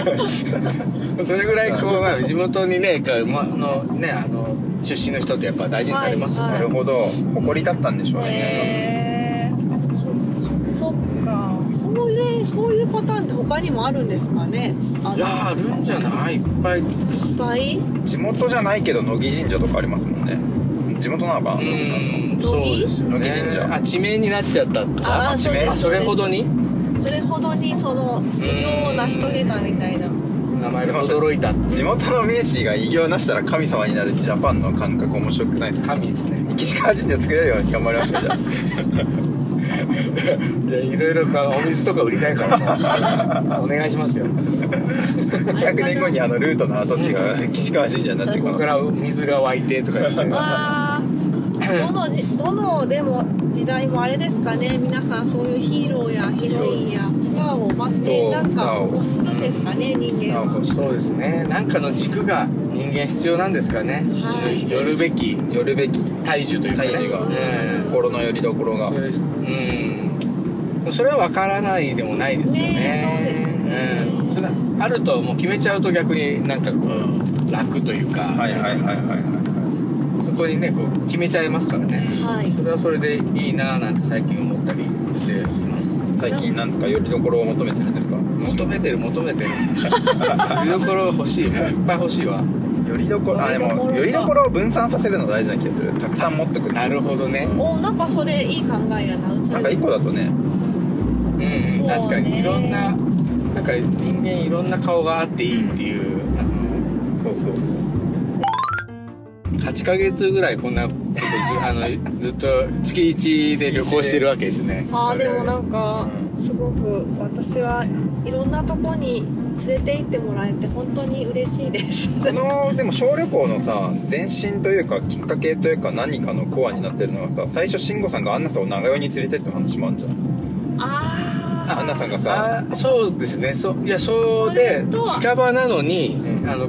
Speaker 3: あそれぐらいこう、まあ、地元にねか、ま、のねあの出身の人ってやっぱ大事にされますよね、
Speaker 2: なるほど誇りだったんでしょうね
Speaker 1: へーそっかそういうそういうパターンって他にもあるんですかねあの
Speaker 3: い、やーあるんじゃないいっぱい
Speaker 1: いっぱい
Speaker 2: 皆さん地元じゃないけど乃木神社とかありますもんね地元なのかな乃木さんの
Speaker 3: うんそうですよね
Speaker 2: 乃木神社
Speaker 3: あ地名になっちゃったとか
Speaker 2: あ地名
Speaker 1: うです
Speaker 3: それほどに
Speaker 1: それほどにその異様な人出たみたいな
Speaker 3: 名前が驚いた
Speaker 2: 地元の名士が偉業なしたら神様になるジャパンの感覚面白くないですか
Speaker 3: 神ですね
Speaker 2: 岸川神社作れるように頑張りましょうじゃ
Speaker 3: いやいろいろかお水とか売りたいからさお願いしますよ
Speaker 2: あ100年後にあのルートの跡地が岸川神社になってる
Speaker 3: こ
Speaker 2: か
Speaker 3: こからら水が湧いてとかですね
Speaker 1: わあどのじどのでも時代もあれですかね皆さんそういうヒーローやヒロインやスターを祭ってなんか推すんですかね人間は
Speaker 3: そうですねなんかの軸が人間必要なんですかね、
Speaker 1: はい
Speaker 3: 寄るべき
Speaker 2: 寄るべき
Speaker 3: 大樹というかね
Speaker 2: 大樹が
Speaker 3: うん
Speaker 2: 心の拠り所が
Speaker 3: そういううんそれは分からないでもないですよね
Speaker 1: ねえそうですね
Speaker 3: うんそれはあるともう決めちゃうと逆になんかこう楽というか、
Speaker 2: はいはいはいはいは
Speaker 3: そこにねこう決めちゃいますからね
Speaker 1: はい
Speaker 3: それはそれでいいなぁなんて最近思ったりしています
Speaker 2: い最近なんですか拠り所を求めてるんですか
Speaker 3: 求めてる求 めてる見どころ欲しいもういっぱい欲しいわ
Speaker 2: 拠り所あでも拠り所を分散させるの大事な気がするたくさん持ってくる
Speaker 3: なるほどね
Speaker 1: おなんかそれいい考えやなそれ
Speaker 2: なんか一個だとね
Speaker 3: うん、
Speaker 1: そうね
Speaker 3: 確かにいろんななんか人間いろんな顔があっていいっていう、あの
Speaker 2: そうそうそう
Speaker 3: 8ヶ月ぐらいこんなことずあのずっと月1で旅行してるわけですね
Speaker 1: あーでもなんか
Speaker 2: う
Speaker 1: すごく私はいろんなとこに連れて行ってもらえて本当に嬉しいです。
Speaker 2: このでも小旅行のさ前身というかきっかけというか何かのコアになってるのがさ最初慎吾さんがアンナさんを長与に連れてって話もあるじゃん
Speaker 1: あー
Speaker 2: アンナさんがさ
Speaker 3: あそうですねそういやそうで
Speaker 1: それとは
Speaker 3: 近場なのに、
Speaker 2: うん
Speaker 3: あの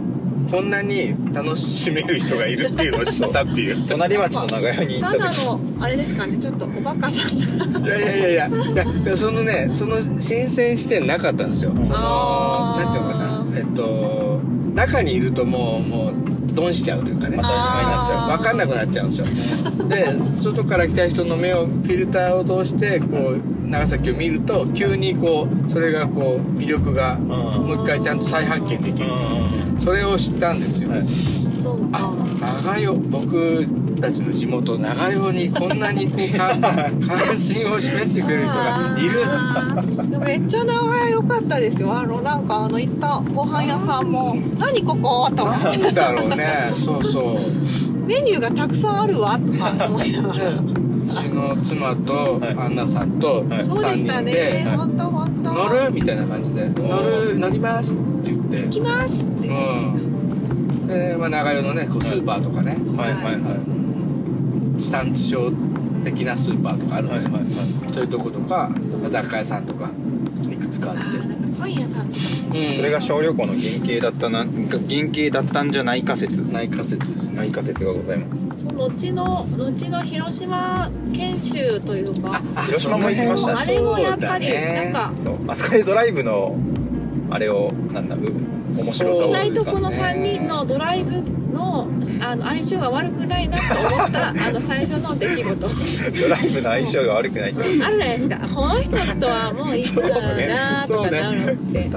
Speaker 3: こんなに楽しめる人がいるっていうのを知ったっていう
Speaker 2: 隣町の長与に行ったた
Speaker 1: だ
Speaker 2: 時
Speaker 1: のあれですかねちょっとおバカさんだ。
Speaker 3: いやいやいやいやいやでもそのねその新鮮視点なかったんですよその
Speaker 1: あー
Speaker 3: なんていうのかなえっと中にいるともうもうドンしちゃうというかね
Speaker 2: 当たり前になっちゃう
Speaker 1: あー
Speaker 3: 分かんなくなっちゃうんですよで外から来た人の目をフィルターを通してこう長崎を見ると急にこうそれがこう魅力がもう一回ちゃんと再発見できるそれを知ったんですよ、
Speaker 2: はい
Speaker 1: そうか
Speaker 3: あ。長代僕たちの地元長代にこんなにこうか関心を示してくれる人がいる
Speaker 1: あーでもめっちゃ名前良かったですよ。あのなんかあの行ったご飯屋さんも何ここと思って
Speaker 3: なんだろうねそうそう
Speaker 1: メニューがたくさんあるわとか思いなが
Speaker 3: で
Speaker 1: ら。
Speaker 3: うちの妻と
Speaker 2: はい
Speaker 3: アンナさんと
Speaker 2: はい
Speaker 1: そう
Speaker 3: 3
Speaker 1: でした
Speaker 3: 人
Speaker 1: ね。
Speaker 3: で
Speaker 1: 本当本
Speaker 3: 「
Speaker 1: 当。
Speaker 3: 乗る?」みたいな感じで「乗る乗ります」って言って
Speaker 1: 行きますっ
Speaker 3: う
Speaker 1: て。
Speaker 3: んで、まあ、長与のねこうスーパーとかね
Speaker 2: はいはいはいはい
Speaker 3: 地産地消的なスーパーとかあるん
Speaker 2: は
Speaker 3: で
Speaker 2: い
Speaker 3: すよ、
Speaker 2: は
Speaker 3: そういうとことか雑貨屋さんとかいくつかあ
Speaker 1: あ
Speaker 3: っ
Speaker 1: ー
Speaker 3: て
Speaker 1: なんかパン屋さんとか
Speaker 3: うん
Speaker 2: いそれが小旅行の原型だったな原型だったんじゃないか説
Speaker 3: 内科説です
Speaker 2: ない
Speaker 3: ね
Speaker 2: か説がございます
Speaker 1: その後の後の広島研修というか
Speaker 3: あ
Speaker 2: 広島も行きましたね
Speaker 1: あれもやっぱり
Speaker 3: そうだね
Speaker 1: なんか
Speaker 2: そうあそこでドライブのあれをなんだう面白さ
Speaker 3: そ
Speaker 2: を
Speaker 3: う
Speaker 1: 意外
Speaker 3: です
Speaker 1: と
Speaker 3: ね
Speaker 1: この3人のドライブのあの相性が悪くないなと思ったあの最初の出来事
Speaker 2: ドライブの相性が悪くないと
Speaker 1: あるじゃないですかこの人とはもういいかなとかなるって、
Speaker 3: 確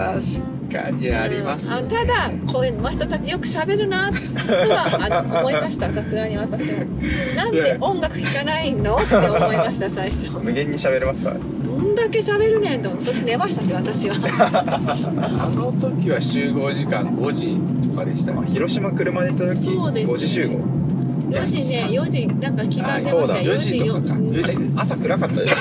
Speaker 3: かにあります
Speaker 1: う
Speaker 3: よ
Speaker 1: ん
Speaker 3: ね
Speaker 1: ただこの人たちよく喋るなとはあの思いましたさすがに私もなんで音楽聴かないのって思いました最初
Speaker 2: 無限に喋れますから
Speaker 1: どんだけ喋るねんと思って途中寝ましたし私は
Speaker 3: あの時は集合時間5時とかでした
Speaker 2: あ
Speaker 3: ね
Speaker 2: 広島車で行った時
Speaker 1: そうですね
Speaker 2: 5時集合
Speaker 1: 4時ね4時なんか刻んでま
Speaker 3: あ
Speaker 1: した
Speaker 2: そうだ
Speaker 1: 4
Speaker 3: 4時とかか
Speaker 1: うん
Speaker 3: 4
Speaker 2: あれ
Speaker 3: 時です
Speaker 2: 朝暗かったです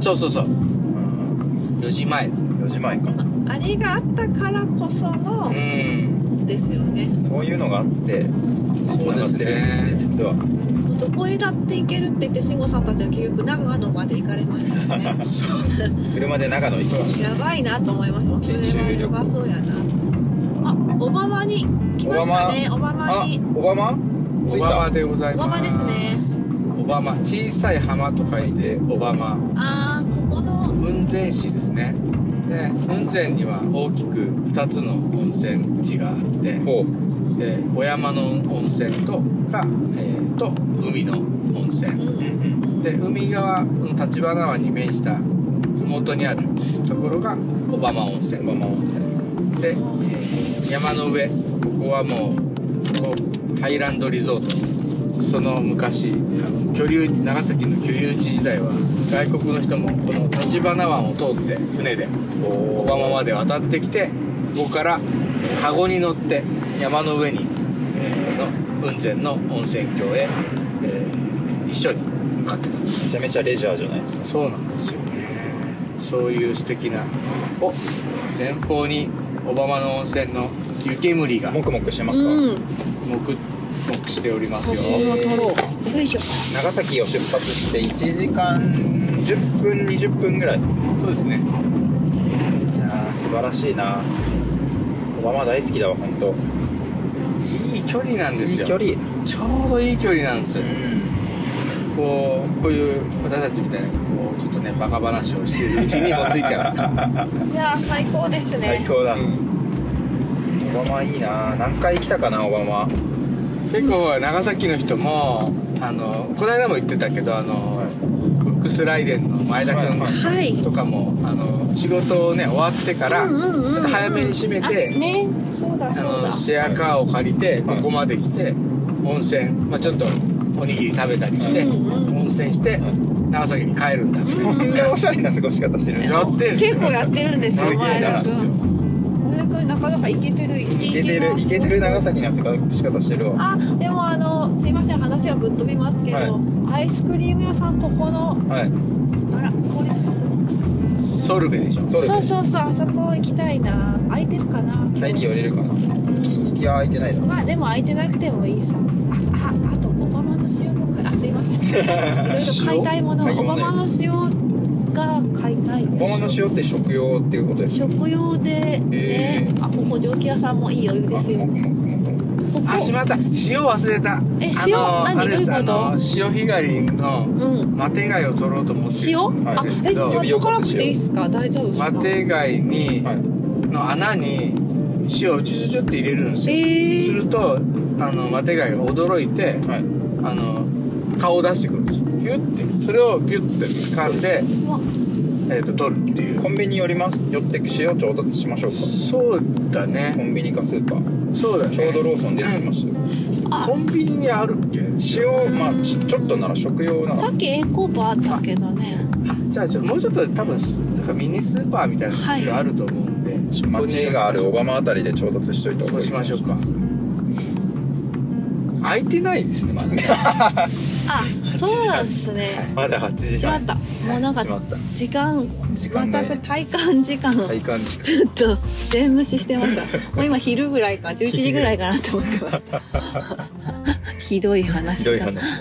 Speaker 3: そうそうそう4時前です
Speaker 2: 4時前か
Speaker 1: あれがあったからこその
Speaker 3: うん
Speaker 1: ですよね
Speaker 2: そういうのがあって
Speaker 3: そうですね
Speaker 2: つながってるんですね実は
Speaker 1: どこへだって行けるって言って慎吾さんたちは結局長野まで行かれましたしね
Speaker 2: 車で長野行きまし
Speaker 1: やばいなと思いましたそれはやばそうやなあオバマに来ましたねオバ
Speaker 2: た
Speaker 1: マ
Speaker 2: あ
Speaker 1: に
Speaker 2: オバマ
Speaker 3: オ
Speaker 2: 着い
Speaker 3: バマ
Speaker 2: た
Speaker 3: でござい
Speaker 1: オ
Speaker 3: ます
Speaker 1: バマですね
Speaker 3: オバマ小さい浜と書いてオバマ
Speaker 1: ああここの
Speaker 3: 雲仙市ですねで雲仙には大きく2つの温泉地があって
Speaker 2: ほう
Speaker 3: でお山の温泉とか、えーと海の
Speaker 1: う
Speaker 3: 温泉
Speaker 1: ん
Speaker 3: で海側の立花湾に面した麓にあるところが小浜温
Speaker 2: オ
Speaker 3: 泉
Speaker 2: バマ温泉
Speaker 3: で、えー山の上ここはもうここハイランドリゾートその昔あの居留地長崎の居留地時代は外国の人もこの立花湾を通って船で小浜まで渡ってきてここから籠に乗って山の上に、えーの雲仙の温泉郷へ、えー一緒に向かってた
Speaker 2: めちゃめちゃレジャーじゃないですか
Speaker 3: そうなんですよねそういう素敵なお前方に小浜の温泉の湯煙が
Speaker 2: モ
Speaker 3: も
Speaker 2: クモクしてますか、
Speaker 1: うん
Speaker 3: くもくしております
Speaker 1: 写
Speaker 3: よ
Speaker 1: 真を撮ろうよいしょ
Speaker 2: 長崎を出発して1時間10分20分ぐらいい
Speaker 3: そうですね
Speaker 2: やー素晴らしいなオバマ大好きだわ本当
Speaker 3: いい距離なんで
Speaker 2: い
Speaker 3: す
Speaker 2: い
Speaker 3: よ
Speaker 2: 距離
Speaker 3: ちょうどいい距離なんですよ
Speaker 2: うん
Speaker 3: こうこういう私たちみたいなこうちょっとねバカ話をしているうちにもついちゃう
Speaker 1: いやー最高ですね
Speaker 2: 最高だ、
Speaker 3: うん
Speaker 2: オバマいいな何回来たかなオバマ
Speaker 3: 結構長崎の人もあのこの間も言ってたけどあのブックスライデンの前田君
Speaker 1: はい
Speaker 3: とかもあの仕事をね終わってから、
Speaker 1: うんうんうんうん
Speaker 3: ちょっと早めに閉めて
Speaker 1: あねそうだ
Speaker 3: あ
Speaker 1: そう
Speaker 3: の
Speaker 1: だ
Speaker 3: シェアカーを借りて
Speaker 2: は
Speaker 3: こ
Speaker 2: い
Speaker 3: こまで来て温泉、まあ、ちょっとおにぎり食べたりして、
Speaker 1: うんうん
Speaker 3: 温泉して
Speaker 2: はい
Speaker 3: 長崎に帰るんだって、
Speaker 2: みんなおしゃれな過ごし方してるね
Speaker 3: やってんすよ
Speaker 1: 結構やってるんです
Speaker 2: す
Speaker 1: よ
Speaker 2: げえな
Speaker 1: 前田
Speaker 2: す
Speaker 1: 君前田君なかなかイケてるイ
Speaker 2: いけてるいけてる長崎の過ごし方してるわ
Speaker 1: あでもあのすいません話はぶっ飛びますけど、アイスクリーム屋さんここの
Speaker 2: はい
Speaker 1: あらこれ
Speaker 3: ソルベでしょ
Speaker 2: それ
Speaker 1: そうそうそうあそこ行きたいな空いてるかな
Speaker 2: 帰り寄れるかな行きは空いてないだろ
Speaker 1: まあでも空いてなくてもいいさあああとオバマの塩もあすいま せんいろいろ買いたいもの
Speaker 2: 塩買い
Speaker 1: オ
Speaker 2: 物
Speaker 1: バマの塩が買いたい
Speaker 2: オバマの塩って食用っていうことです
Speaker 1: 食用でね
Speaker 2: へー
Speaker 1: あここ蒸気屋さんもいいお湯ですよ
Speaker 2: あもくもくもくもく
Speaker 1: ここ
Speaker 3: あしまった塩忘れた
Speaker 1: え
Speaker 3: あ
Speaker 1: 塩
Speaker 3: の
Speaker 1: 何
Speaker 3: あれです
Speaker 1: どういうこと
Speaker 3: あの潮干狩りの
Speaker 1: うん
Speaker 3: マテ貝を取ろうと思って
Speaker 1: 塩、
Speaker 2: はい
Speaker 1: あ
Speaker 3: ですけど
Speaker 1: え取らなくていいですか大丈夫ですか
Speaker 3: マテ貝に、
Speaker 2: はい
Speaker 3: の穴に塩をチュチュチュって入れるんですよ、
Speaker 1: えー
Speaker 3: するとあのマテ貝が驚いて
Speaker 2: はい
Speaker 3: あの顔を出してくるんですよピュッてそれをピュッて掴んで、
Speaker 1: うわ
Speaker 3: えー、と取るっていう
Speaker 2: コンビニ寄ります寄って塩調達しましょうか
Speaker 3: そうだ
Speaker 2: コ
Speaker 3: ね
Speaker 2: ンビニかスーパー
Speaker 3: そうだね
Speaker 2: ちょうどローソン出てきましたよ
Speaker 1: あ
Speaker 3: コンビニにあるっけ
Speaker 2: 塩まあちちょっとなら食用な
Speaker 1: さ
Speaker 2: ら
Speaker 1: っきエコバーだけどね
Speaker 3: あじゃあちょもうちょっと多分すなんかミニスーパーみたいなのがあると思うんで、そこに
Speaker 2: 町がある小浜あたりで調達しといた方
Speaker 3: そ
Speaker 2: が
Speaker 3: う
Speaker 2: いい
Speaker 3: しましょうか開いてないですねまだね
Speaker 1: あそうなんですね
Speaker 2: まだ8時
Speaker 1: しまったもうなんか
Speaker 2: しまった
Speaker 1: 時間
Speaker 2: 時間ない
Speaker 1: 全く体感時間
Speaker 2: 体感時間
Speaker 1: ちょっと全無視して ましたもう今昼ぐらいか11時ぐらいかなと思ってましたひどい話
Speaker 2: ひ
Speaker 1: だ
Speaker 2: どい話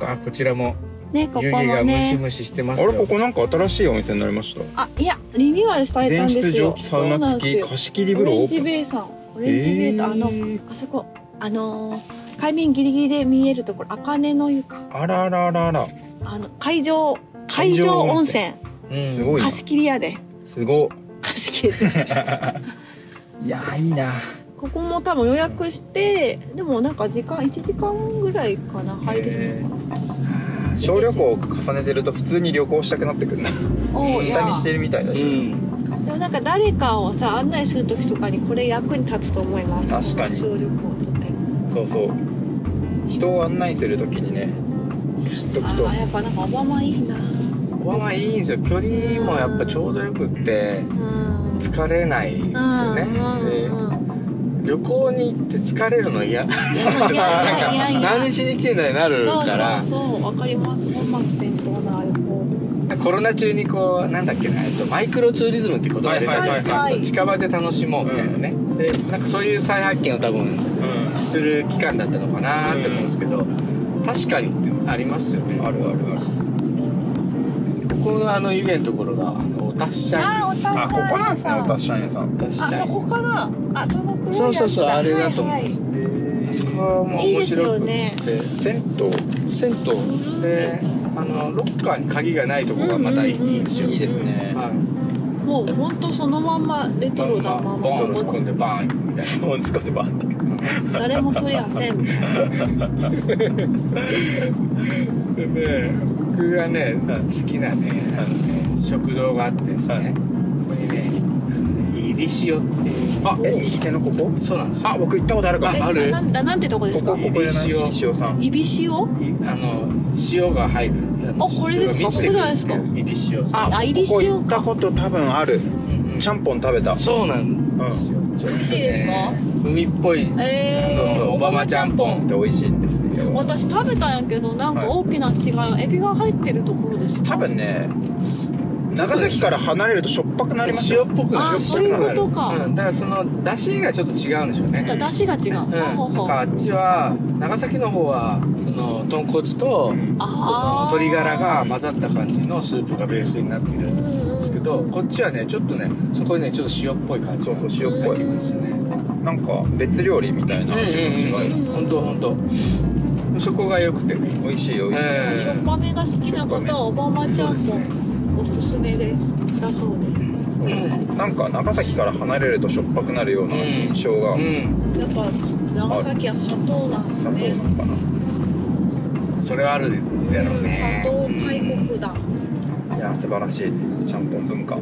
Speaker 2: だ
Speaker 3: あこちらも
Speaker 1: ねここ
Speaker 3: 湯気
Speaker 1: も
Speaker 3: がムシ
Speaker 1: ね
Speaker 3: ムシしてま
Speaker 2: あ
Speaker 3: すよ
Speaker 2: れここなんか新しいお店になりました
Speaker 1: あいやリニューアルされたん
Speaker 2: 全
Speaker 1: です
Speaker 2: 室蒸
Speaker 1: よ
Speaker 2: 気サ
Speaker 1: そ
Speaker 2: ウ
Speaker 1: う
Speaker 2: ナ
Speaker 1: なん
Speaker 2: 付
Speaker 1: です
Speaker 2: き
Speaker 1: よ
Speaker 2: 貸し切り
Speaker 1: オ
Speaker 2: 風呂
Speaker 1: レ
Speaker 2: オ
Speaker 1: ン
Speaker 2: ープ
Speaker 1: ジ
Speaker 2: ン
Speaker 1: ベイさんオレンジベイとあの、
Speaker 2: えー
Speaker 1: あそこあのー海面ギリギリで見えるところ茜の湯か
Speaker 2: あらあらあらあら
Speaker 1: あの海上海上温泉
Speaker 3: うん
Speaker 2: すごいな
Speaker 1: 貸し切りやです
Speaker 2: ご
Speaker 1: 貸し切り
Speaker 2: いやーいいな
Speaker 1: ここも多分予約してでもなんか時間1時間ぐらいかな入れるのか
Speaker 2: 小旅行を重ねてると普通に旅行したくなってくるな
Speaker 1: な、
Speaker 3: へー
Speaker 1: おういや
Speaker 2: 下見してるみたいだ
Speaker 3: う
Speaker 2: ね
Speaker 3: ん
Speaker 1: でもなんか誰かをさ案内する時とかにこれ役に立つと思います
Speaker 2: 確かに
Speaker 1: 小旅行とって
Speaker 2: そうそう人を案内するときにね知っとくと
Speaker 1: ああやっぱなんかオバマいいな
Speaker 3: 小浜いいんですよ距離もやっぱちょうどよくって
Speaker 1: うん
Speaker 3: 疲れないですよね、で
Speaker 1: うんうんうん
Speaker 3: 旅行に行って疲れるの嫌
Speaker 1: いやいやいや
Speaker 3: 何しに来てんだよなる
Speaker 1: そう
Speaker 3: から
Speaker 1: そうそうわかります本末転倒な旅行
Speaker 3: だコロナ中にこうなんだっけな、えっと、マイクロツーリズムって言葉出たじゃないですか、
Speaker 1: はいはいはいはい
Speaker 3: 近場で楽しもうみたいなね、でなんかそういう再発見を多分
Speaker 2: うん
Speaker 3: する期間だったのかなって思うんですけど、確かにってありますよね
Speaker 2: あるあるある
Speaker 3: ここのあの湯気のところがあのお達者
Speaker 1: あーおた
Speaker 2: あここなんですねお
Speaker 1: さん
Speaker 2: たしゃん屋さん
Speaker 3: 達
Speaker 1: あそこかなあその黒いやつだ
Speaker 3: そうそうそうあれだと思うんですあそこはもう面白くて
Speaker 1: いいで
Speaker 2: 銭
Speaker 3: 銭湯であのロッカーに鍵がないとこがまたいい,、
Speaker 1: うんうんうん
Speaker 3: んですよ
Speaker 2: 湯いいですね
Speaker 3: はい
Speaker 1: もう本当そのまんまレトロなま
Speaker 3: ボン
Speaker 1: ま
Speaker 3: ボン突っ込んでバーン行くみたい
Speaker 2: もう使ってバーンって
Speaker 3: な
Speaker 1: 誰も取りゃせんみたいな
Speaker 3: でね僕がね好きなねあのね食堂があってです
Speaker 2: はい
Speaker 3: ねここにねあのねイリシオっていう
Speaker 2: あえ右手のここ
Speaker 3: そうなんですよ
Speaker 2: あ僕行ったことあるかも
Speaker 1: え
Speaker 3: ある
Speaker 1: なんだなんてとこですか
Speaker 2: ここここじゃない
Speaker 3: いい塩
Speaker 2: 西尾さん
Speaker 1: いびしお
Speaker 3: あの塩が入る
Speaker 1: あこれですかここじゃないですか
Speaker 3: イリシオ
Speaker 1: あいり
Speaker 2: ここ
Speaker 1: 塩
Speaker 2: 行ったこと多分あるちゃんぽん食べた
Speaker 3: そうなんですよ、ちょっと
Speaker 1: 美
Speaker 3: ね
Speaker 1: 味しいですか
Speaker 3: 海っぽい
Speaker 1: え
Speaker 3: あ
Speaker 1: ー、
Speaker 3: のおばまちゃんぽん
Speaker 2: で美味しいんですよ
Speaker 1: 私食べたんやけどなんか大きな違いはエビが入ってるところですか
Speaker 2: 多分ね長崎から離れるとしょっぱくなります
Speaker 3: 塩
Speaker 2: よ
Speaker 3: っぽくなる
Speaker 1: あそういうことか
Speaker 3: うん、だからその出汁がちょっと違うんでしょうね
Speaker 1: だ出汁が違う、
Speaker 3: うん、なん
Speaker 1: ほうほうほう
Speaker 3: かあっちは長崎の方はその豚骨と
Speaker 1: あー
Speaker 3: 鶏ガラが混ざった感じのスープがベースになってるんですけどこっちはねちょっとねそこにねちょっと塩っぽい感じ
Speaker 2: そうそう塩っ
Speaker 3: 入
Speaker 2: ぽ
Speaker 3: って
Speaker 2: い
Speaker 3: くるんですよね
Speaker 2: なんか別料理みたいな味が違う
Speaker 3: ほんとほんとそこが良くてね
Speaker 2: 美味しい美味しい
Speaker 1: うんしょっぱめが好きな方はおばまちゃんぽんおすすめですだそうです
Speaker 2: なんか長崎から離れるとしょっぱくなるような印象が
Speaker 3: うん
Speaker 1: やっぱ長崎は砂糖なんす
Speaker 2: 砂糖
Speaker 1: ね
Speaker 2: なのかな
Speaker 3: それはあるだろうね
Speaker 1: 砂糖大国だ
Speaker 2: いや素晴らしいちゃんぽん文化